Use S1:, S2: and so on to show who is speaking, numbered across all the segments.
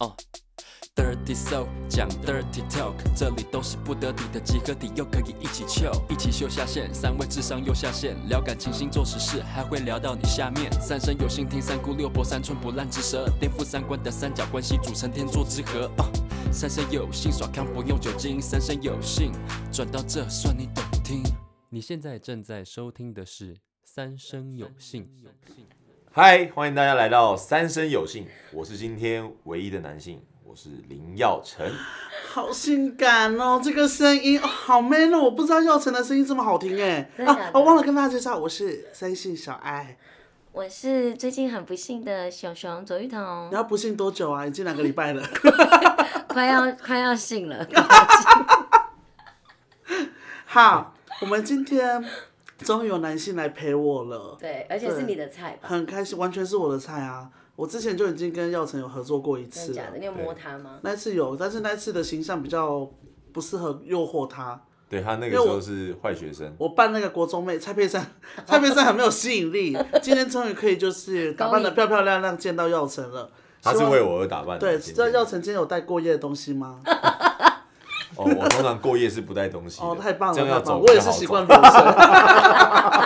S1: 哦、Dirty Soul 讲 Dirty Talk，这里都是不得体的集合体，又可以一起 chill，一起秀下限，三位智商又下线，聊感情、星座、时事，还会聊到你下面。三生有幸听三姑六婆，三寸不烂之舌，颠覆三观的三角关系组成天作之合。哦三生有幸耍康不用酒精，三生有幸转到这算你懂听。你现在正在收听的是《三生有幸》。
S2: 嗨，欢迎大家来到三生有幸，我是今天唯一的男性，我是林耀成。
S3: 好性感哦，这个声音、哦、好 man 哦！我不知道耀成的声音这么好听哎
S4: 真的假
S3: 啊！
S4: 的
S3: 我忘了跟大家介绍，我是三性小爱。
S4: 我是最近很不幸的熊熊左玉彤
S3: 你，要不信多久啊？已经两个礼拜了。
S4: 快要快要醒了。
S3: 好，我们今天终于有男性来陪我了，
S4: 对，而且是你的菜 吧？
S3: 很开心，完全是我的菜啊！我之前就已经跟耀成有合作过一
S4: 真的
S3: 次
S4: 假的？
S3: 了，
S4: 你有摸 它吗？
S3: 那次有，但是那次的形象比较不适合诱惑他。
S2: 对他那个
S3: 因为
S2: 时
S3: 我
S2: 候是坏学生，
S3: 我扮那个国中妹蔡 佩珊，蔡佩珊很没有吸引力。今天终于可以就是打扮的漂漂亮亮，见到耀成了。
S2: 他是
S3: 希望
S2: 为我而打扮的。
S3: 对，
S2: 今
S3: 知
S2: 天
S3: 道耀成今天有带过夜的东 西吗？
S2: 哦，我通常过夜是不带东西的。
S3: 哦，太棒了，
S2: 这样要
S3: 太
S2: 走
S3: 棒了！
S2: 比较
S3: 我也是
S2: 好
S3: 习
S2: 走
S3: 惯。裸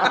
S3: 睡。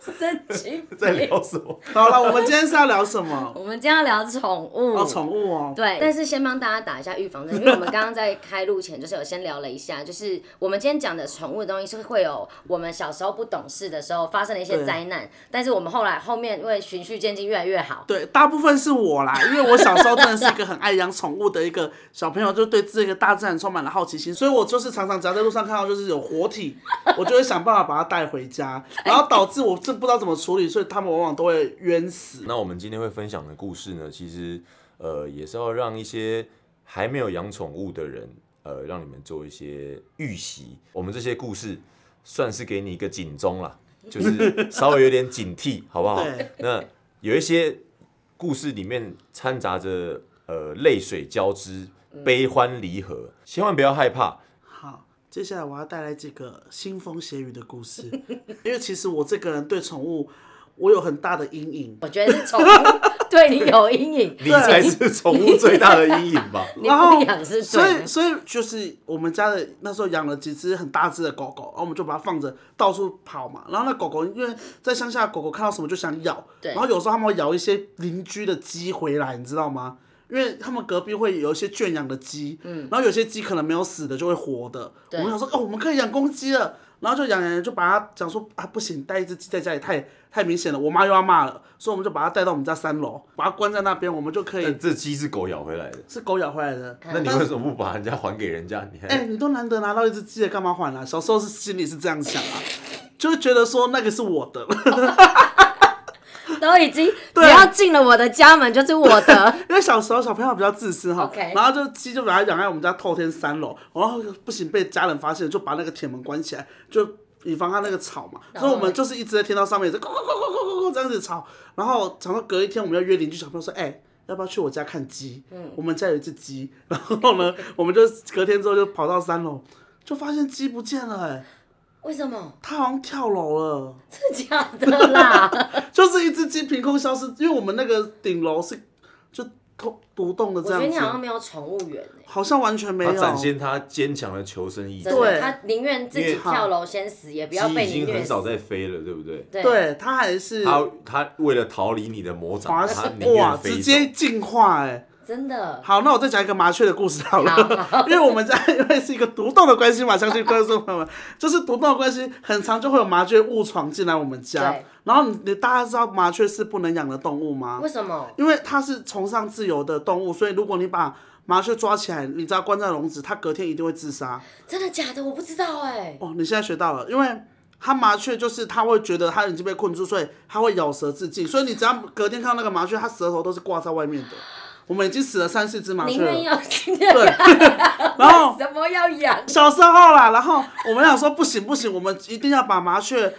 S4: 神经
S2: 在
S4: 病！
S2: 聊什么？
S3: 好了，我们今天是要聊 什
S2: 哦
S3: 么？
S4: 我们今天要聊宠物。
S3: 哦，宠物哦。
S4: 对，但是先帮大家打一下预防针，因为我们刚刚在开录前就是有先聊了一下，就是我们今天讲的宠物的东西是会有我们小时候不懂事的时候发生的一些
S3: 对
S4: 灾难，但是我们后来后面会循序渐进，越来越好。
S3: 对，大部分是我啦，因为我小时候真的是一个很爱养宠物的一个小朋友，就对这个大自然充满了好奇心，所以我就是常常只要在路上看到就是有 活体，我就会想办法把它带回家，
S2: 哎
S3: 然后导致我这不知道怎么处理，所以他们往往都会冤死。
S2: 那我们今天会分享的故事呢，其实呃也是要让一些还没有养宠物的人，呃，让你们做一些预习。我们这些故事算是给你一个警钟啦，就是 稍微有点警惕，好不好
S3: 对？
S2: 那有一些故事里面掺杂着呃泪水交织、
S3: 嗯
S2: 悲欢离合，千万不要害怕。
S3: 好，接下来我要带来几个腥风血雨的 故事，因为其实我这个人对宠物我有很大的阴影。
S4: 我觉得是宠物 对你有阴影，
S2: 你才是 宠物最大的阴影吧？
S4: 你
S3: 然后
S4: 不养是
S3: 所
S4: 对
S3: 以，
S4: 的。
S3: 所以就是我们家的那时候养了几只很大只的狗狗，然后我们就把它放着到处跑嘛。然后那狗狗因为在乡下，狗狗看到什么就想咬，
S4: 对
S3: 然后有时候他们会咬一些邻居的鸡回来，你知道吗？因为他们隔壁会有一些圈养的鸡，嗯，然后有些鸡可能没有死的，就会活的。我
S4: 对
S3: 们想说，哦，我们可以养公鸡了，然后就养养养，就把它讲说啊，不行，带一只鸡在家里太太明显了，我妈又要骂了，所以我们就把它带到我们家三楼，把它关在那边，我们就可以
S2: 但这鸡是狗咬回来的，
S3: 是狗咬回来的。
S4: 嗯
S2: 那你为什么不把人家还给人家？你还
S3: 哎、你都难得拿到一只鸡了，干嘛还啊？小时候是心里是这样想啊，就会觉得说那个是我的，
S4: 都已经只
S3: 对
S4: 要进了我的家门就是我的，
S3: 因为小时候小朋友比较自私哈
S4: OK
S3: 然后就鸡就把它养在我们家透天三楼，然后不行被家人发现，就把那个铁门关起来，就以防它那个吵嘛，
S4: 然
S3: 所
S4: 后
S3: 以我们就是一直在听到上面在咕咕咕咕咕咕咕这样子吵，然后吵到隔一天我们要约邻居小朋友说，哎、要不要去我家看鸡？
S4: 嗯
S3: 我们家有一只鸡，然后呢，我们就隔天之后就跑到三楼，就发现鸡不见了、哎，
S4: 为什么？
S3: 它好像跳楼了。
S4: 是假的 啦，
S3: 就是一只鸡凭空消失，因为我们那个顶楼是就空独栋的
S4: 我
S3: 这
S4: 觉得
S3: 样
S4: 你好像
S3: 子，
S4: 没有宠物缘欸
S3: 好像完全没
S2: 他
S3: 有。
S2: 展现他坚强的求生意志。
S4: 真
S3: 对
S4: 的，他宁愿自己跳楼先死，也不要
S2: 鸡
S4: 被
S2: 已
S4: 你
S2: 经
S4: 虐
S2: 很
S4: 死
S2: 少。在飞了，对不对？
S4: 对，
S3: 对，它还是
S2: 他他为了逃离你的魔掌，
S3: 滑
S2: 他
S3: 死
S2: 宁
S3: 哇，
S2: 愿飞
S3: 直
S2: 走。
S3: 接进化哎、
S4: 真的，
S3: 好，那我再讲一个麻雀的故事好了，因为我们家因为是一个独栋的关系嘛，相信观众朋友们，就是独栋的关系，很常就会有麻雀误闯进来我们家
S4: 对。
S3: 然后你你大家知道麻雀是不能养的动物吗？
S4: 为什么？
S3: 因为它是崇尚自由的动物，所以如果你把麻雀抓起来，你只要关在笼子，它隔天一定会自杀。
S4: 真的假的？我不知道哎。
S3: 哦，你现在学到了，因为它麻雀就是它会觉得它已经被困住，所以它会咬舌自尽。所以你只要隔天看到那个麻雀，它舌头都是挂在外面的。我们已经死了三四只麻
S4: 宁
S3: 雀
S4: 愿
S3: 了，
S4: 要对，
S3: 然后
S4: 什么要养？
S3: 小时候啦，然后我们俩说不行不行，我们一定要把麻雀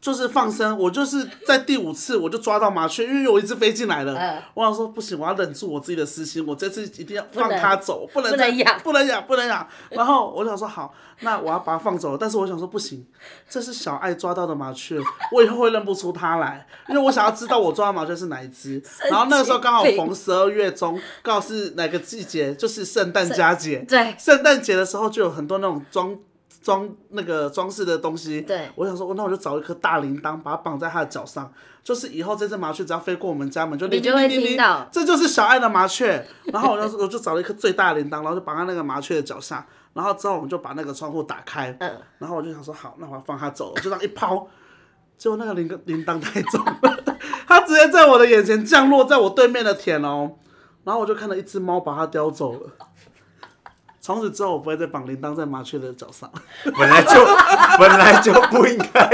S3: 就是放生，我就是在第五次我就抓到麻雀，因为有一只飞进来了。
S4: 嗯
S3: 我想说不行，我要忍住我自己的私心，我这次一定要
S4: 能
S3: 放它走，不能
S4: 不
S3: 再
S4: 能养
S3: 不能养，不能养。然后我想说好，那我要把它放走了。但是我想说不行，这是小爱抓到的麻雀，我以后会认不出它来，因为我想要知道我抓的麻雀是哪一只。然后那个时候刚好
S4: 神经病
S3: 逢十二月中，刚好是哪个季节，就是圣诞佳节。
S4: 对，
S3: 圣诞节的时候就有很多那种装装那个装饰的东西。
S4: 对
S3: 我想说，哦那我就找一颗大铃铛，把它绑在它的脚上，就是以后这只麻雀只要飞过我们家门，就
S4: 你
S3: 铃
S4: 就会
S3: 铃铃铃
S4: 听到
S3: 这就是小爱的麻雀。然后我就我就找了一颗最大的铃铛，然后就绑在那个麻雀的脚下。然后之后我们就把那个窗户打开，
S4: 嗯
S3: 然后我就想说好，那我要放它走了，我就这样一抛，结果那个铃铃铛太重了， 它直接在我的眼前降落在我对面的田哦，然后我就看到一只猫把它叼走了。从此之后，我不会再绑铃铛在麻雀的脚上。
S2: 本来就 本来就不应该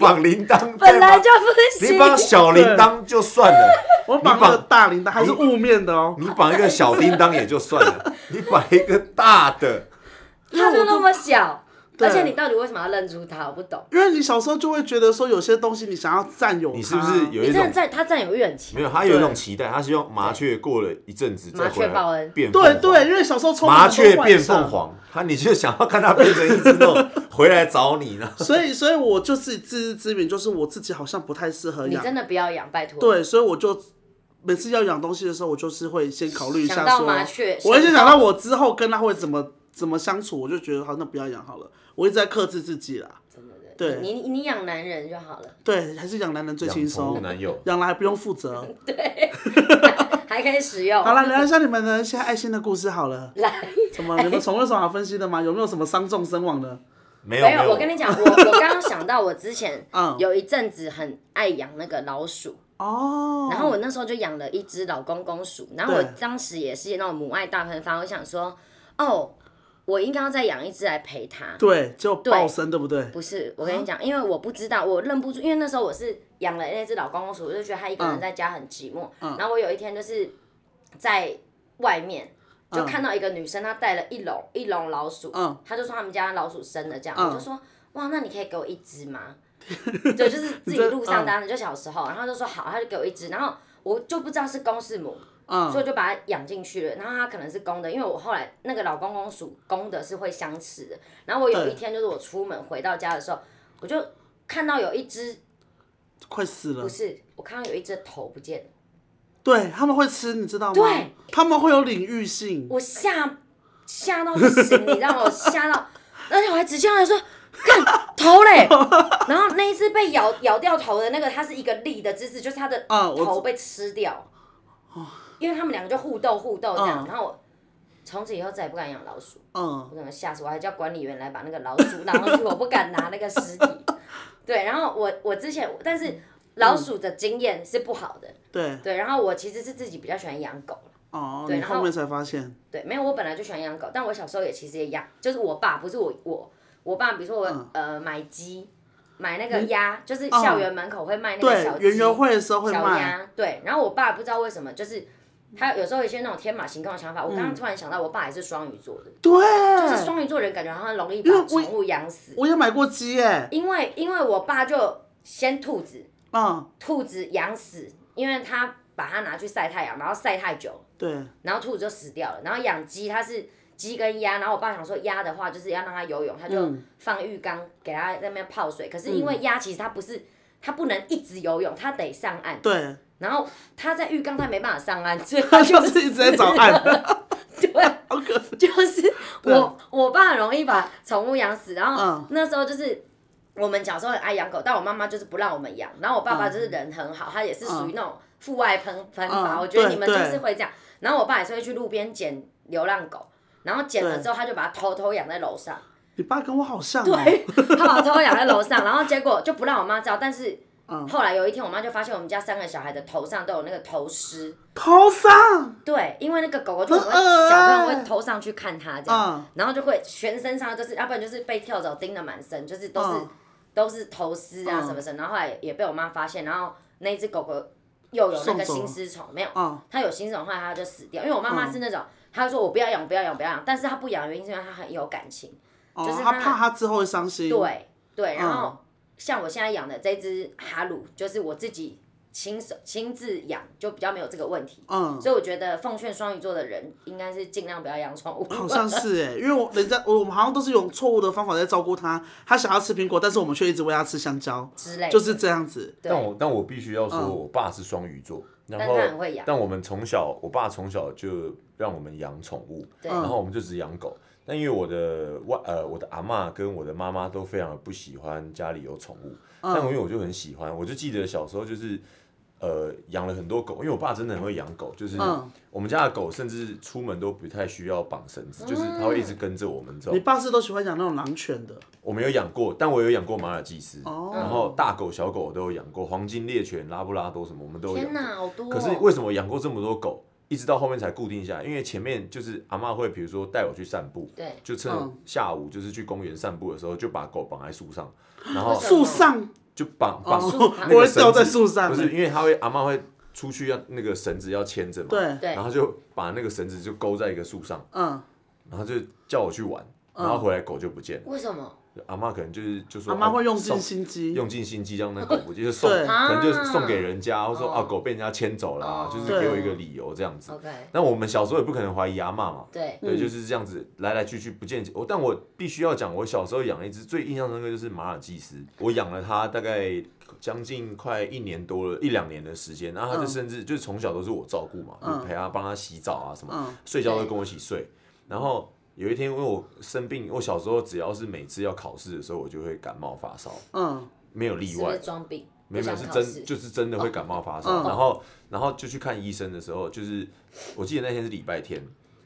S2: 绑铃 铛，
S4: 本
S2: 对吗
S4: 来就不行
S2: 你。 绑小铃铛就算了，
S3: 我
S2: 你
S3: 绑那个大铃铛，还是雾面的哦。
S2: 你绑一个小叮当也就算 了，你绑一个大的，
S4: 它就那么小，
S3: 对
S4: 而且你到底为什么要认出它？我不懂。
S3: 因为你小时候就会觉得说，有些东西你想要占有它，
S2: 你是不是有
S4: 你
S2: 一
S4: 真的
S2: 种
S4: 在它占有欲很强
S2: 没，有？他有一种
S3: 对
S2: 期待，他希望麻雀过了一阵子再
S4: 麻雀
S2: 回
S4: 报
S2: 来
S4: 恩
S2: 变凤
S3: 对
S2: 凰
S3: 对，因为小时候充满
S2: 麻
S3: 很多
S2: 雀变
S3: 幻想
S2: 凤，凰，他你就想要看它变成一只那种回来找你呢。
S3: 所以所以我就是自知之明，就是我自己好像不太适合
S4: 你
S3: 养。
S4: 真的不要养，拜托。，
S3: 对，所以我就每次要养东西的时候，我就是会先考虑一下
S4: 想到
S3: 说，
S4: 麻雀
S3: 我会先
S4: 想
S3: 想
S4: 到
S3: 到我之后跟它会怎么怎么相处，我就觉得好，那不要养好了。我一直在克制自己啦。
S4: 真的真的
S3: 对
S4: 你你你养男人就好了，
S3: 对，还是养男人最轻
S2: 养宠物
S3: 松，
S2: 男友，
S3: 养了还不用负 责。
S4: 还可以使用。
S3: 好了，聊一下你们的一些爱心的故事好了。
S4: 来，
S3: 怎么？ 你们宠物有什么好分析的吗？有没有什么伤重身亡的？
S2: 没有
S4: 没
S2: 没
S4: 有，我跟你讲，我我刚刚想到，我之前
S3: 嗯
S4: 有一阵子很爱养那个老鼠，
S3: 哦，
S4: 然后我那时候就养了一只老公公鼠，然后我
S3: 对
S4: 当时也是那种母爱大喷发，我想说，哦，我应该要再养一只来陪它。
S3: 对，就爆生，对不对？
S4: 不是，我
S3: 啊
S4: 跟你讲，因为我不知道，我认不出，因为那时候我是养了那只老公公鼠，我就觉得它一个人
S3: 嗯
S4: 在家很寂寞。
S3: 嗯
S4: 然后我有一天就是在外面。就看到一个女生，她带了一笼一笼老鼠，
S3: 嗯
S4: 她就说他们家老鼠生了这样，
S3: 嗯
S4: 我就说哇，那你可以给我一只吗？ 对，就是自己路
S3: 嗯
S4: 上当时就小时候，然后就说好，她就给我一只，然后我就不知道是公是母，
S3: 嗯
S4: 所以我就把它养进去了。然后它可能是公的，因为我后来那个老公公属公的是会相似的。然后我有
S3: 对
S4: 一天就是我出门回到家的时候，我就看到有一只
S3: 快死了
S4: 不。是，我看到有一只头不见了，
S3: 对，他们会吃，你知道吗？
S4: 对，
S3: 他们会有领域性。
S4: 我吓吓到不行，你知道吗？我吓到，而且我还直接让他说。看头嘞，然后那一只被咬咬掉头的那个，它是一个立的姿势，就是它的
S3: 嗯我
S4: 头
S3: 知哦
S4: 被吃掉，因为他们两个就互斗互斗这样，
S3: 嗯
S4: 然后我从此以后再也不敢养老鼠。
S3: 嗯
S4: 我，真的吓死我，还叫管理员来把那个老鼠拿出去，我不敢拿那个尸体。 对，然后我我之前，但是老
S3: 嗯
S4: 鼠的经验是不好的。
S3: 对，
S4: 对，然后我其实是自己比较喜欢养狗啦
S3: 哦，
S4: 对
S3: 你
S4: 然后
S3: 后面才发现，
S4: 对，没有，我本来就喜欢养狗，但我小时候也其实也养，就是我爸，不是我我我爸，比如说我、
S3: 嗯哦
S4: 呃买鸡，买那个鸭，就是校园门口会卖那个
S3: 对
S4: 小，鸡。
S3: 园游会的时候会
S4: 小
S3: 卖，
S4: 鸭，对。然后我爸不知道为什么，就是他有时候有一些那种天马行空的想法。我
S3: 嗯
S4: 刚刚突然想到，我爸也是双鱼座的，
S3: 对，
S4: 就是双鱼座人感觉好像容易
S3: 嗯因为
S4: 把
S3: 我
S4: 宠物养死。
S3: 我也买过鸡耶，
S4: 因为因为我爸就先兔子，
S3: 嗯，
S4: 兔子养死，因为他把它拿去晒太阳，然后晒太久，
S3: 对，
S4: 然后兔子就死掉了。然后养鸡，它是鸡跟鸭，然后我爸想说鸭的话就是要让它游泳，他就
S3: 嗯
S4: 放浴缸给它在那边泡水。可是因为鸭其实它不是。它不能一直游泳，它得上岸。
S3: 对，
S4: 然后它在浴缸，它没办法上岸，所以它
S3: 他
S4: 就
S3: 就是一直在找案，
S4: 对，啊
S3: 好可，
S4: 就是
S3: 对
S4: 我 我爸很容易把宠物养死，然后
S3: 嗯
S4: 那时候就是。我们小时候很爱养狗，但我妈妈就是不让我们养。然后我爸爸就是人很好，他也是属于那种父爱喷喷发。
S3: 嗯
S4: 我觉得
S3: 对
S4: 你们就是
S3: 对
S4: 会这样。然后我爸也是会去路边捡流浪狗，然后捡了
S3: 对
S4: 之后他就把它偷偷养在楼上。
S3: 你爸跟我好像哦，
S4: 对，他把偷偷养在楼上，然后结果就不让我妈知道。但是
S3: 嗯
S4: 后来有一天，我妈就发现我们家三个小孩的头上都有那个头虱。
S3: 头上，
S4: 对，因为那个狗狗就
S3: 很
S4: 会
S3: 恶
S4: 小朋友会
S3: 欸
S4: 头上去看它这样，
S3: 嗯
S4: 然后就会全身上就是，要不然就是被跳蚤叮的满身，就是 都是、
S3: 嗯
S4: 都是头丝啊
S3: 嗯
S4: 什么什么。然后后来也被我妈发现，然后那只狗狗又有那个
S3: 送走
S4: 心
S3: 了
S4: 丝虫，没有，
S3: 嗯
S4: 它有心丝虫，后来它就死掉。因为我妈妈
S3: 嗯
S4: 是那种，她就说我不要养，不要养，不要养，但是她不养的原因是因为她很有感情，
S3: 哦
S4: 就是，
S3: 他
S4: 他
S3: 怕他之后会伤心，，
S4: 对对，然后像我现在养的这只哈鲁，就是我自己亲手亲自养，就比较没有这个问题。
S3: 嗯，
S4: 所以我觉得奉劝双鱼座的人，应该是尽量不要养宠物。
S3: 好像是哎、因为我人家我我们好像都是用错误的方法在照顾它。它想要吃苹果，但是我们却一直喂它吃香蕉，
S4: 之类的，
S3: 就是这样子。
S4: 对
S2: 但我但我必须要说，
S3: 嗯
S2: 我爸是双鱼座，然
S4: 但
S2: 后
S4: 他很会养
S2: 但我们从小，我爸从小就让我们养宠物，
S4: 对
S2: 然后我们就只养狗。但因为我的外呃我的阿嬷跟我的妈妈都非常不喜欢家里有宠物，但因为我就很喜欢，我就记得小时候就是呃养了很多狗，因为我爸真的很会养狗，就是
S3: 嗯
S2: 我们家的狗甚至出门都不太需要绑绳子，就是它会一直跟着我们走
S3: 你。爸是都喜欢养那种狼犬的
S2: 我没有养过，但我有养过马尔济斯，
S3: 哦
S2: 然后大狗小狗我都有养过，黄金猎犬、拉布拉多什么我们都有养
S4: 天
S2: 过。
S4: 哪，好多、哦。
S2: 可是为什么养过这么多狗，一直到后面才固定下来？因为前面就是阿嬷会，比如说带我去散步，
S4: 对
S2: 就趁
S3: 嗯
S2: 下午就是去公园散步的时候，就把狗绑在树 上，然后
S4: 为什
S3: 树
S4: 么
S3: 上，
S2: 就绑绑
S3: 哦
S4: 树上
S2: 那个
S3: 我会掉
S2: 绳
S3: 在
S2: 子，
S3: 树上欸
S2: 不。是因为它会阿嬷会出去要那个绳子要牵着嘛，，
S3: 对，
S4: 对
S2: 然后就把那个绳子就勾在一个树上，
S3: 嗯，
S2: 然后就叫我去玩，然后回来狗就不见了，
S4: 为什么？
S2: 阿嬷可能就是就说啊
S3: 阿妈会用
S2: 送
S3: 尽心机。
S2: 用尽心机让那狗不见，就是送，
S3: 对
S2: 可能就是
S4: 啊
S2: 送给人家，或说
S4: 哦
S2: 啊狗被人家牵走啦
S4: 哦，
S2: 就是
S3: 对
S2: 给我一个理由这样子。
S4: OK，
S2: 那我们小时候也不可能怀疑阿妈嘛，
S4: 对，
S2: 对，
S3: 嗯
S2: 就是这样子来来去去不见我，但我必须要讲，我小时候养了一只最印象深刻就是马尔济斯，我养了它大概将近快一年多了，一两年的时间，然后它就
S3: 嗯
S2: 甚至就是从小都是我照顾嘛，
S3: 嗯
S2: 就陪它帮它洗澡啊什么，
S3: 嗯
S2: 睡觉都跟我一起睡。然后有一天因为我生病，我小时候只要是每次要考试的时候，我就会感冒发烧，
S3: 嗯
S2: 没有例
S4: 是不
S2: 外
S4: 是。装病？
S2: 没有没有
S4: 不
S2: 是
S4: 想考试
S2: 真就是真的会感冒发烧，
S3: 嗯
S2: 然后然后就去看医生的时候，就是我记得那天是礼拜天，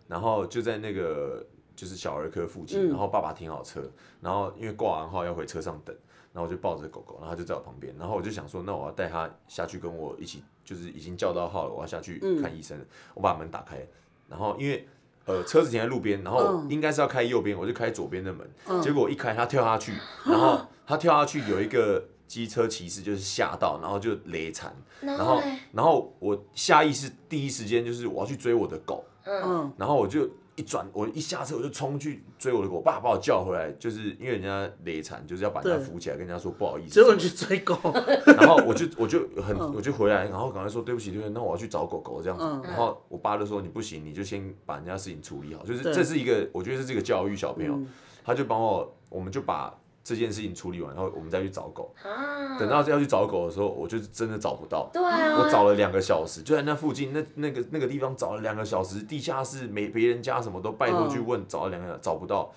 S2: 然后就在那个就是小儿科附近，
S3: 嗯
S2: 然后爸爸停好车，然后因为挂完号要回车上等，然后我就抱着狗狗，然后它就在我旁边，然后我就想说，那我要带它下去跟我一起，就是已经叫到号了，我要下去
S3: 嗯
S2: 看医生了，我把门打开，然后因为。呃，车子停在路边，然后
S3: 嗯
S2: 应该是要开右边，我就开左边的门，
S3: 嗯
S2: 结果我一开，它跳下去，然后它跳下去有一个机车骑士就是吓到，然后就雷惨，
S4: 然
S2: 然
S4: 后
S2: 后
S3: 哎
S4: 嘞，
S2: 然后我下意识第一时间就是我要去追我的狗，
S4: 嗯，
S3: 嗯
S2: 然后我就一转，我一下车我就冲去追我的狗，我爸把我叫回来，就是因为人家累惨，就是要把人家
S3: 对
S2: 扶起来，跟人家说不好意思
S3: 结
S2: 什
S3: 果
S2: 么
S3: 你去追狗，
S2: 的，然后我就我就很
S3: 嗯
S2: 我就回来，然后赶快说对不起对不起，那我要去找狗狗这样子
S3: 嗯，
S2: 然后我爸就说你不行，你就先把人家事情处理好，就是
S3: 对
S2: 这是一个我觉得是这个教育小朋友
S3: 嗯，
S2: 他就帮我，我们就把这件事情处理完，然后我们再去找狗。
S3: 嗯
S4: 啊，
S2: 等到要去找狗的时候，我就真的找不到。
S4: 对啊，
S2: 我找了两个小时，就在那附近那那个那个地方找了两个小时，地下室没别人家什么都拜托去问，找了两个小时找不到。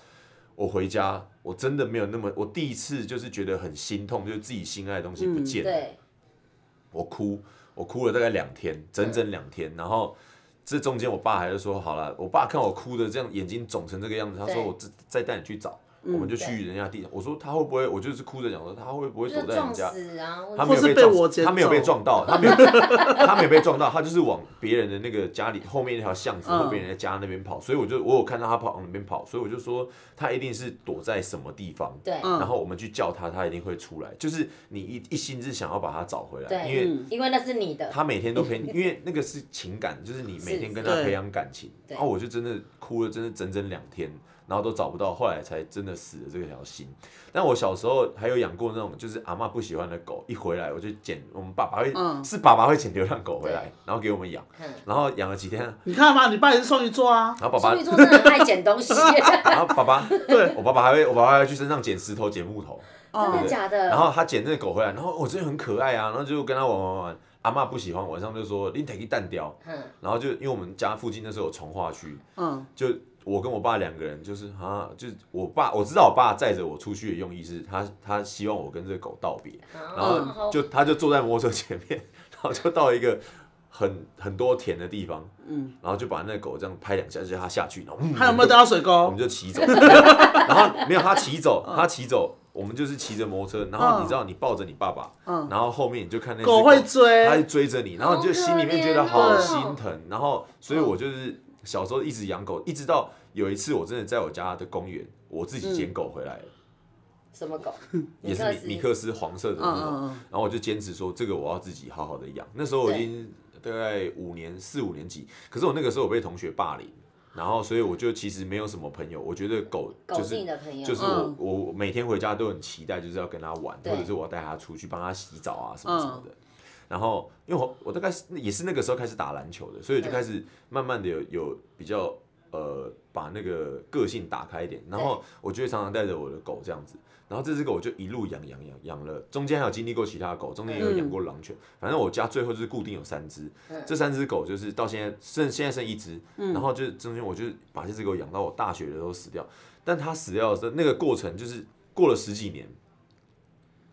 S2: 我回家，我真的没有那么，我第一次就是觉得很心痛，就是自己心爱的东西不见了，
S4: 嗯对，
S2: 我哭，我哭了大概两天，整整两天。
S4: 嗯
S2: 然后这中间我爸还是说好了，我爸看我哭的这样，眼睛肿成这个样子，他说
S4: 对嗯
S2: 我再再带你去找，我们就去人家地，我说他会不会，我就是哭着讲说他会不会
S4: 就
S2: 躲
S4: 是
S2: 在人
S4: 撞
S2: 家。
S4: 死啊，或
S2: 他
S4: 者
S2: 没有
S3: 或
S2: 被
S3: 是被
S2: 撞死
S3: 我捡
S2: 他没有被
S3: 走
S2: 撞到，他没有，他没有被撞到，他就是往别人的那个家里后面那条巷子
S3: 嗯
S2: 或别人的家那边跑，所以我就我有看到他跑往那边跑，所以我就说他一定是躲在什么地方，
S4: 对，
S3: 嗯
S2: 然后我们去叫他，他一定会出来，就是你一一心是想要把他找回来，
S4: 对
S2: 因为
S3: 嗯
S4: 因为那是你的，
S2: 他每天都陪你，因为那个是情感，就是你每天跟他
S3: 是
S2: 培养感情。
S4: 对
S2: 然后我就真的哭了，真的整整两天，然后都找不到，后来才真的死了这条心。但我小时候还有养过那种，就是阿嬷不喜欢的狗，一回来我就捡，我们爸爸会、
S3: 嗯
S2: 是爸爸会捡流浪狗回来，然后给我们养，
S4: 嗯
S2: 然后养了几天，
S3: 你看嘛，你爸也是双鱼座啊。
S2: 然后爸 爸
S4: 双鱼座真的很爱捡东 西， 真
S2: 然后爸爸，对我爸爸还会，我爸爸还会去山上捡石头、捡木头，对
S4: 的
S2: 不对
S4: 假的？
S2: 然后他捡那个狗回来，然后我、哦、真的很可爱啊，然后就跟他玩玩玩。阿嬷不喜欢，晚上就说你得去蛋雕，
S4: 嗯，
S2: 然后就因为我们家附近那时候有从化区，
S3: 嗯
S2: 就我跟我爸两个人，就是啊，就是我爸我知道我爸载着我出去的用意是他他希望我跟这个狗道别，然
S4: 然
S2: 后就他就坐在摩托车前面， 然后就到一个很很多田的地方，
S3: 嗯，
S2: 然后就把那个狗这样拍两下，就叫它下去，然后、嗯、
S3: 还有没有掉到水
S2: 我
S3: 沟
S2: 们？就骑走， 然后没有他骑走，他骑走，我们就是骑着摩托车，然后
S3: 嗯
S2: 你知道你抱着你爸爸，
S3: 嗯
S2: 然后后面你就看那只
S3: 狗会追
S2: 它就追着你，然后你就心里面觉得
S4: 好
S2: 好
S4: 可怜哦
S2: 心疼，然后所以我就是小时候一直养狗，一直到有一次我真的在我家的公园，我自己捡狗回来了，
S4: 什么狗？嗯
S2: 也是米米克斯黄色的那种，
S3: 嗯嗯嗯
S2: 然后我就坚持说这个我要自己好好的养，那时候我已经大概五年四五年级，可是我那个时候我被同学霸凌。然后所以我就其实没有什么朋友，我觉得狗
S4: 狗
S2: 就是是
S4: 你的朋友，
S2: 就是我、
S3: 嗯
S2: 我每天回家都很期待，就是要跟它玩，
S4: 对嗯
S2: 或者是我要带它出去帮它洗澡啊什么什么的。然后因为我我大概是也是那个时候开始打篮球的，所以就
S4: 对
S2: 开始慢慢的有有比较呃把那个个性打开一点。然后我就会常常带着我的狗这样子，然后这只狗我就一路养养养养了，中间还有经历过其他的狗，中间也有养过狼犬，反正我家最后就是固定有三只，
S4: 嗯
S2: 这三只狗就是到现在剩现在剩一只，然
S3: 嗯
S2: 后就是中间我就把这只狗养到我大学的时候死掉，但它死掉的时候那个过程就是过了十几年，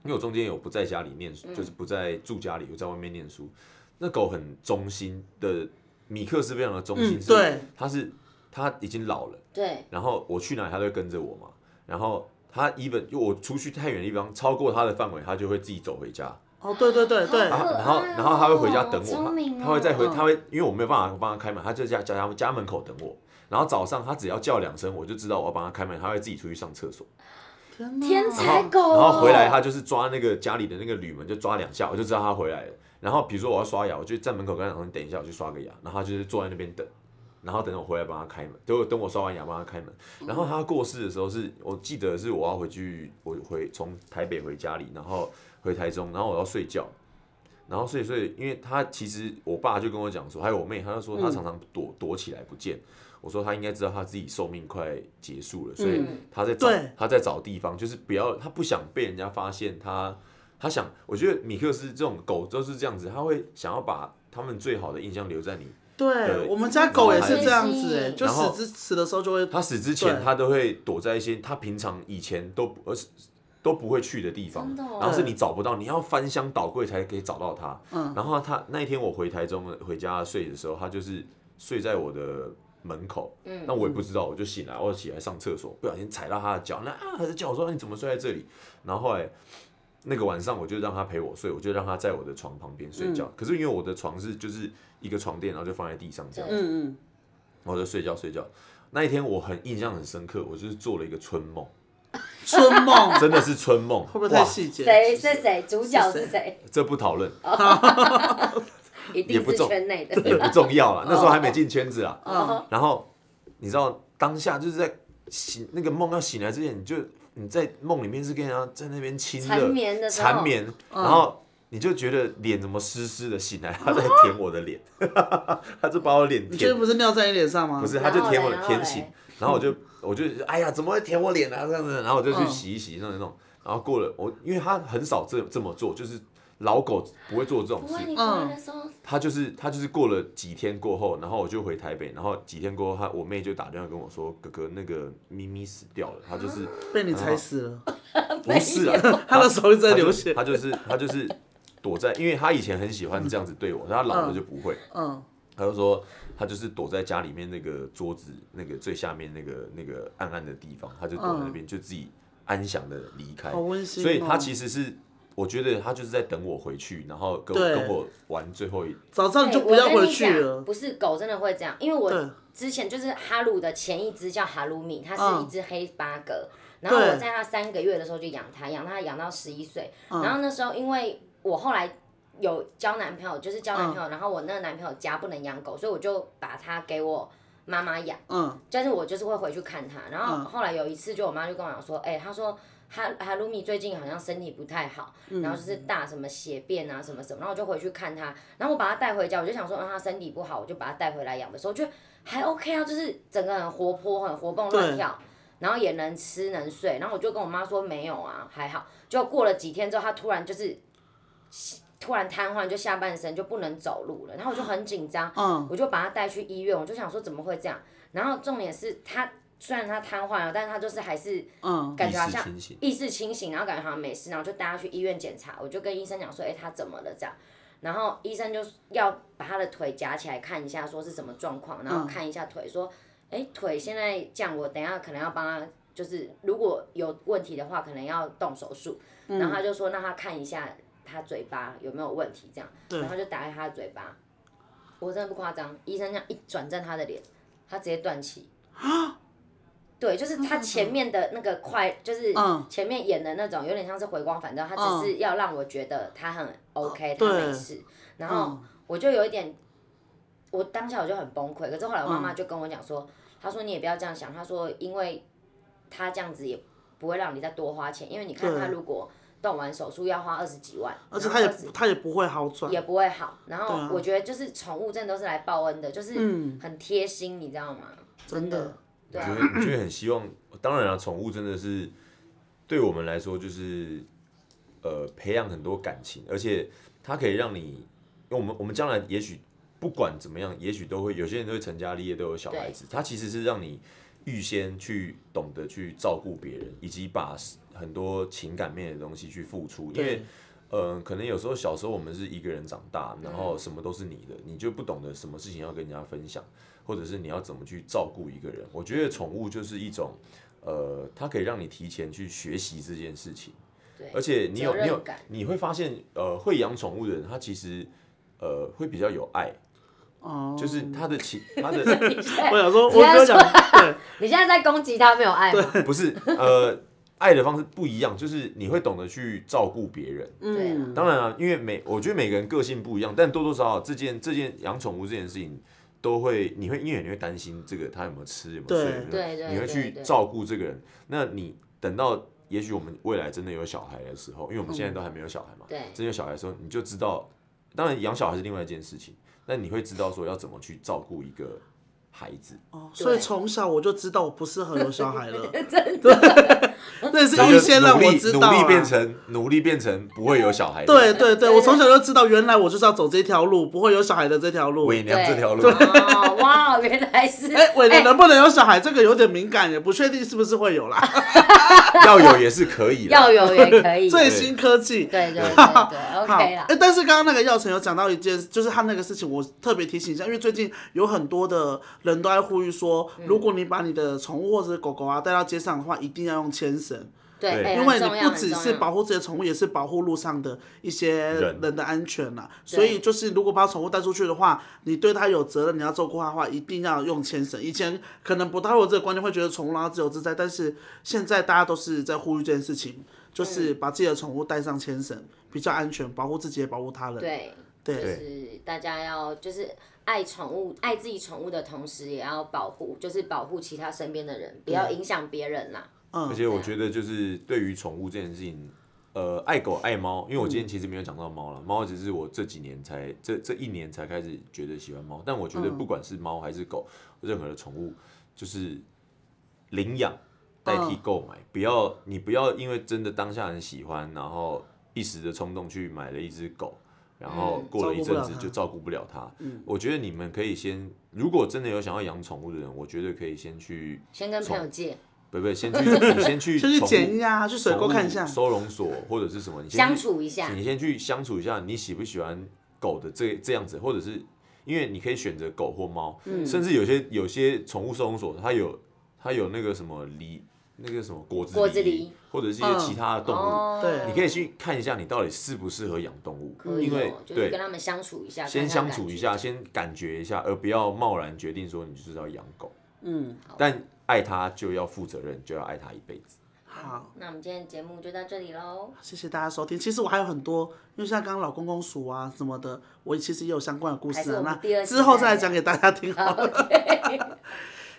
S2: 因为我中间有不在家里念书，
S3: 嗯
S2: 就是不在住家里，又在外面念书，那狗很忠心的，米克是非常的忠心，
S3: 嗯
S2: 是
S3: 对
S2: 它是它已经老了。
S4: 对，
S2: 然后我去哪里，它都会跟着我嘛。然后它 even 就我出去太远的地方，超过它的范围，它就会自己走回家。
S3: 哦，对对对对
S4: 好
S2: 然后然后
S4: 可爱哦
S2: 然后它会回家等我，
S4: 聪明哦
S2: 它它会再回，
S3: 嗯
S2: 它会因为我没有办法帮它开门，它就在家家家门口等我。然后早上它只要叫两声，我就知道我要帮它开门，它会自己出去上厕所。
S3: 天哪
S4: 天
S2: 然
S4: 才
S2: 后
S4: 狗哦
S2: 然后回来它就是抓那个家里的那个铝门，就抓两下，我就知道它回来了。然后比如说我要刷牙，我就在门口跟它讲说：“你等一下，我去刷个牙。”然后它就是坐在那边等。然后等我回来帮他开门，等我等我刷完牙帮他开门。然后他过世的时候是，我记得是我要回去，我回从台北回家里，然后回台中，然后我要睡觉，然后所以所以，因为他其实我爸就跟我讲说，还有我妹，他就说他常常躲、躲起来不见。我说他应该知道他自己寿命快结束了，所以
S4: 嗯
S2: 他在找、
S3: 对
S2: 他在找地方，就是不要他不想被人家发现他。他想，我觉得米克斯这种狗都是这样子，他会想要把他们最好的印象留在你
S3: 对，
S2: 对
S3: 我们家狗也是这样子哎，
S4: 然后
S3: 就死之死的时候就会，
S2: 他死之前，
S3: 对
S2: 他都会躲在一些他平常以前都不而是都不会去的地方
S4: 真的哦，
S2: 然后是你找不到，你要翻箱倒柜才可以找到他。
S3: 嗯
S2: 然后他那一天我回台中回家睡的时候，他就是睡在我的门口，
S4: 嗯
S2: 那我也不知道，我就醒来，我起来上厕所，不小心踩到他的脚，那啊他就叫我说啊你怎么睡在这里？然后后来。那个晚上我就让他陪我睡，我就让他在我的床旁边睡
S3: 嗯
S2: 觉。可是因为我的床是就是一个床垫，然后就放在地上这样子。
S3: 嗯嗯，
S2: 然后我就睡觉睡觉。那一天我很印象很深刻，我就是做了一个春梦，
S3: 春梦
S2: 真的是春梦，
S3: 会不会
S2: 哇
S3: 太细节？
S4: 谁是谁，主角是
S3: 是
S4: 谁，
S2: 这不讨论
S4: 一定
S2: 也不
S4: 是
S2: 重
S4: 圈内的。哦
S2: 也不重要了，那时候还没进圈子啊。
S3: 嗯，
S2: 然后你知道当下就是在醒那个梦要醒来之前，你就你在梦里面是跟人家在那边亲
S4: 缠绵的时候嗯
S2: 缠绵，然后。你就觉得脸怎么湿湿的，醒来他在舔我的脸， 他就把我脸
S3: 你
S2: 舔
S3: 确定不是尿在你脸上吗？
S2: 不是，
S4: 然
S2: 他就
S4: 后
S2: 舔
S4: 嘞
S2: 我
S4: 然
S2: 的
S4: 后
S2: 舔
S4: 嘞
S2: 醒，然后我就我就哎呀，怎么会舔我脸啊这样子，然后我就去
S3: 嗯
S2: 洗一洗弄一弄，然后过了我，因为他很少这这么做，就是老狗不会做这种
S4: 不会，
S2: 事，
S4: 你过
S3: 嗯
S4: 来的时候，
S2: 他就是他就是过了几天过后，然后我就回台北，然后几天过后，他我妹就打电话跟我说，哥哥那个咪咪死掉了，他 就是
S3: 被你踩死了，
S2: 不是啊，
S3: 他的手一直在
S2: 他就
S3: 流
S2: 是
S3: 血
S2: 他。就是他就是躲在，因为他以前很喜欢这样子对我，但他老了就不 会，
S3: 嗯，
S2: 他就说他就是躲在家里面那个桌子那个最下面那个那个暗暗的地方，他就躲在那边、就自己安详的离开，
S3: 嗯好温馨哦
S2: 所以他其实是。我觉得他就是在等我回去，然后跟我
S3: 对
S2: 跟我玩最后一，
S3: 早知道
S4: 哎
S3: 你就不
S4: 我
S3: 要
S4: 跟
S3: 回
S4: 你
S3: 去
S4: 讲
S3: 了。
S4: 不是狗真的会这样，因为
S3: 对
S4: 哎我之前就是哈鲁的前一只叫哈鲁米，它是
S3: 嗯
S4: 一只黑八哥，然后
S3: 对
S4: 我在它三个月的时候就养它，养它养到十一岁，
S3: 嗯
S4: 然后那时候因为我后来。有交男朋友，就是交
S3: 嗯
S4: 男朋友，然后我那个男朋友家不能养狗，所以我就把它给我妈妈养。
S3: 嗯，
S4: 但是我就是会回去看他。然
S3: 嗯
S4: 后后来有一次，就我妈就跟我讲说，哎、她说哈哈鲁米最近好像身体不太好，
S3: 嗯
S4: 然后就是大什么血便啊什么什么，然后我就回去看他，然后我把他带回家，我就想说，嗯，他身体不好，我就把他带回来养的时候，就还 OK 啊，就是整个很活泼，很活蹦乱
S3: 对
S4: 跳。然后也能吃能睡，然后我就跟我妈说没有啊，还好。就过了几天之后，他突然就是突然瘫痪，就下半身就不能走路了，然后我就很紧张，
S3: 嗯
S4: 我就把他带去医院，我就想说怎么会这样。然后重点是他虽然他瘫痪了，但是他就是还是
S3: 嗯
S4: 感觉好
S2: 意识
S4: 像
S2: 清醒
S4: 意识清醒，然后感觉好像没事，然后就带他去医院检查，我就跟医生讲说，哎、他怎么了这样。然后医生就要把他的腿夹起来看一下，说是什么状况，然后
S3: 嗯
S4: 看一下腿，说，哎、腿现在这样，我等一下可能要帮他，就是如果有问题的话，可能要动手术。
S3: 嗯
S4: 然后他就说，那他看一下他嘴巴有没有问题，这样，
S3: 对
S4: 然后就打开他的嘴巴，我真的不夸张，医生这样一转正他的脸，他直接 断气。对，就是他前面的那个快，就是
S3: 嗯
S4: 前面演的那种，有点像是回光返照，他只是要让我觉得他很 OK，、他
S3: 哦对嗯
S4: 没事。然后我就有一点我当下我就很崩溃。可是后来我妈
S3: 嗯
S4: 妈就跟我讲说，她说你也不要这样想，她说因为她这样子也不会让你再多花钱，因为你看
S3: 对
S4: 她如果动完手术要花二十几万，
S3: 而且
S4: 然
S3: 他
S4: 后
S3: 也
S4: 二十
S3: 他也不会好转，
S4: 也不会好。然
S3: 对啊
S4: 后我觉得就是宠物真的都是来报恩的，就是
S3: 嗯
S4: 很贴心，你知道吗？
S3: 真的
S4: 的，对
S2: 我觉
S4: 啊，
S2: 得，我觉得很希望。当然啊，宠物真的是对我们来说，就是呃，培养很多感情，而且它可以让你，因为我们我们将来也许不管怎么样，也许都会有些人都会成家立业，都有小孩子，它其实是让你预先去懂得去照顾别人，以及把很多情感面的东西去付出，因为
S3: 对。
S2: 嗯，可能有时候小时候我们是一个人长大，然
S4: 嗯
S2: 后什么都是你的，你就不懂得什么事情要跟人家分享，或者是你要怎么去照顾一个人。我觉得宠物就是一种，呃，它可以让你提前去学习这件事情，
S4: 对，
S2: 而且你有
S4: 责
S2: 你有
S4: 任感
S2: 你会发现，呃，会养宠物的人，他其实呃会比较有爱，
S3: 哦，
S2: 就是
S4: 嗯
S2: 他的情，他的
S3: 我想说，我
S4: 哎你
S3: 跟
S4: 现在
S3: 你讲，对，
S4: 你现在在攻击他没有爱吗？
S2: 不是呃爱的方式不一样，就是你会懂得去照顾别人。
S4: 对
S3: 嗯，
S2: 当然啊，因为每我觉得每个人个性不一样，但多多少少这件这件养宠物这件事情，都会你会因为你会担心这个它有没有吃有没有睡，
S3: 对
S2: 有没有
S4: 对
S2: 你
S4: 对
S2: 会
S4: 对
S2: 去
S4: 对
S2: 照顾这个人。那你等到也许我们未来真的有小孩的时候，因为我们现在都还没有小孩嘛，
S4: 嗯对
S2: 真有小孩的时候，你就知道，当然养小孩是另外一件事情，但你会知道说要怎么去照顾一个孩子。
S3: 哦所以
S4: 对
S3: 从小我就知道我不适合有小孩 了，那也是预先让
S2: 努力
S3: 我知道啦
S2: 努力变成努力变成不会有小孩的
S3: 对对对，
S4: 对
S3: 我从小就知道，原来我就是要走这条路，不会有小孩的这条路。
S2: 伪娘这条路。啊
S4: 哦，哇，原来是
S3: 哎，伟人能不能有小孩，这个有点敏感，也不确定是不是会有啦。
S4: 哎
S2: 要有也是可以的，
S4: 要有也可 以，
S3: 最
S4: 对
S3: 新科技，
S4: 对对对
S3: 好，
S4: ，OK
S3: 哎
S4: 啦，，
S3: 但是刚刚那个药晨有讲到一件，就是他那个事情，我特别提醒一下，因为最近有很多的人都在呼吁说，
S4: 嗯
S3: 如果你把你的宠物或者是狗狗啊带到街上的话，一定要用牵绳，
S4: 对，
S2: 对
S4: 哎
S3: 因为
S4: 很
S3: 你
S4: 重要
S3: 不
S4: 很
S3: 只
S4: 重
S3: 是
S4: 要
S3: 保护自己的宠物，也是保护路上的一些
S2: 人
S3: 人的安全啦。所以就是如果把宠物带出去的话，你对它有责任，你要照顾它的话，一定要用牵绳。以前可能不太会有这个观念，会觉得宠物让它自由自在，但是现在大家都是在呼吁这件事情，就是把自己的宠物带上牵绳。比较安全，保护自己也保护他人。
S4: 对，
S3: 对
S4: 就是大家要就是爱宠物，爱自己宠物的同时，也要保护，就是保护其他身边的人，不要
S3: 嗯
S4: 影响别人啦。
S2: 而且我觉得就是对于宠物这件事情，呃，爱狗爱猫，因为我
S3: 嗯
S2: 今天其实没有讲到猫了，猫只是我这几年才这这一年才开始觉得喜欢猫，但我觉得
S3: 嗯
S2: 不管是猫还是狗，任何的宠物，就是领
S3: 嗯
S2: 养代替购买，不要你不要因为真的当下很喜欢，然后一时的冲动去买了一只狗。然后
S4: 嗯
S2: 过了一
S3: 照顾不
S2: 阵
S3: 了
S2: 子
S3: 它嗯
S2: 就照顾不了它。我觉得你们可以先，如果真的有想要养宠物的人，我觉得可以先去
S4: 先跟朋友借
S2: 不不，先去你先 去
S3: 就去
S2: 宠物
S3: 检呀，去水沟
S2: 宠物
S3: 看一下。
S2: 收容所或者是什么，你先
S4: 相
S2: 去
S4: 处一下，
S2: 你先去相处一下，你喜不喜欢狗的这这样子，或者是因为你可以选择狗或猫，
S4: 嗯
S2: 甚至有些有些宠物收容所它有它有那个什么梨，那个什么果子
S4: 果子狸
S2: 或者是一些
S3: 嗯
S2: 其他的动物，
S4: 哦，
S3: 对
S2: 你可以去看一下你到底适不适合养动物，
S4: 可以
S2: 因为
S4: 哦就是跟
S2: 对。
S4: 他们相处一下，
S2: 先
S4: 看看
S2: 相处一
S4: 感觉。
S2: 下，先感觉一下，而不要贸然决定说你就是要养狗。
S3: 嗯，
S2: 但爱它就要负责任，就要爱它一辈子。
S3: 好，
S4: 那我们今天节目就到这里喽，
S3: 谢谢大家收听。其实我还有很多，因为像刚刚老公公鼠啊什么的，我其实也有相关的故
S4: 还
S3: 事
S4: 是
S3: 啊。
S4: 我们第
S3: 那
S4: 二集
S3: 之后再
S4: 再
S3: 来
S4: 来
S3: 讲给大家听 好了。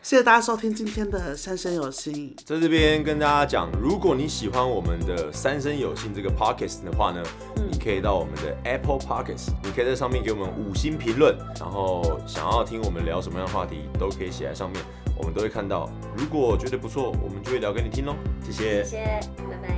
S3: 谢谢大家收听今天的《三生有幸》，
S2: 在这边跟大家讲，如果你喜欢我们的《三生有幸》这个 podcast 的话呢，你可以到我们的 Apple Podcast，你可以在上面给我们五星评论，然后想要听我们聊什么样的话题，都可以写在上面，我们都会看到。如果觉得不错，我们就会聊给你听哦。谢谢
S4: 谢谢，拜拜。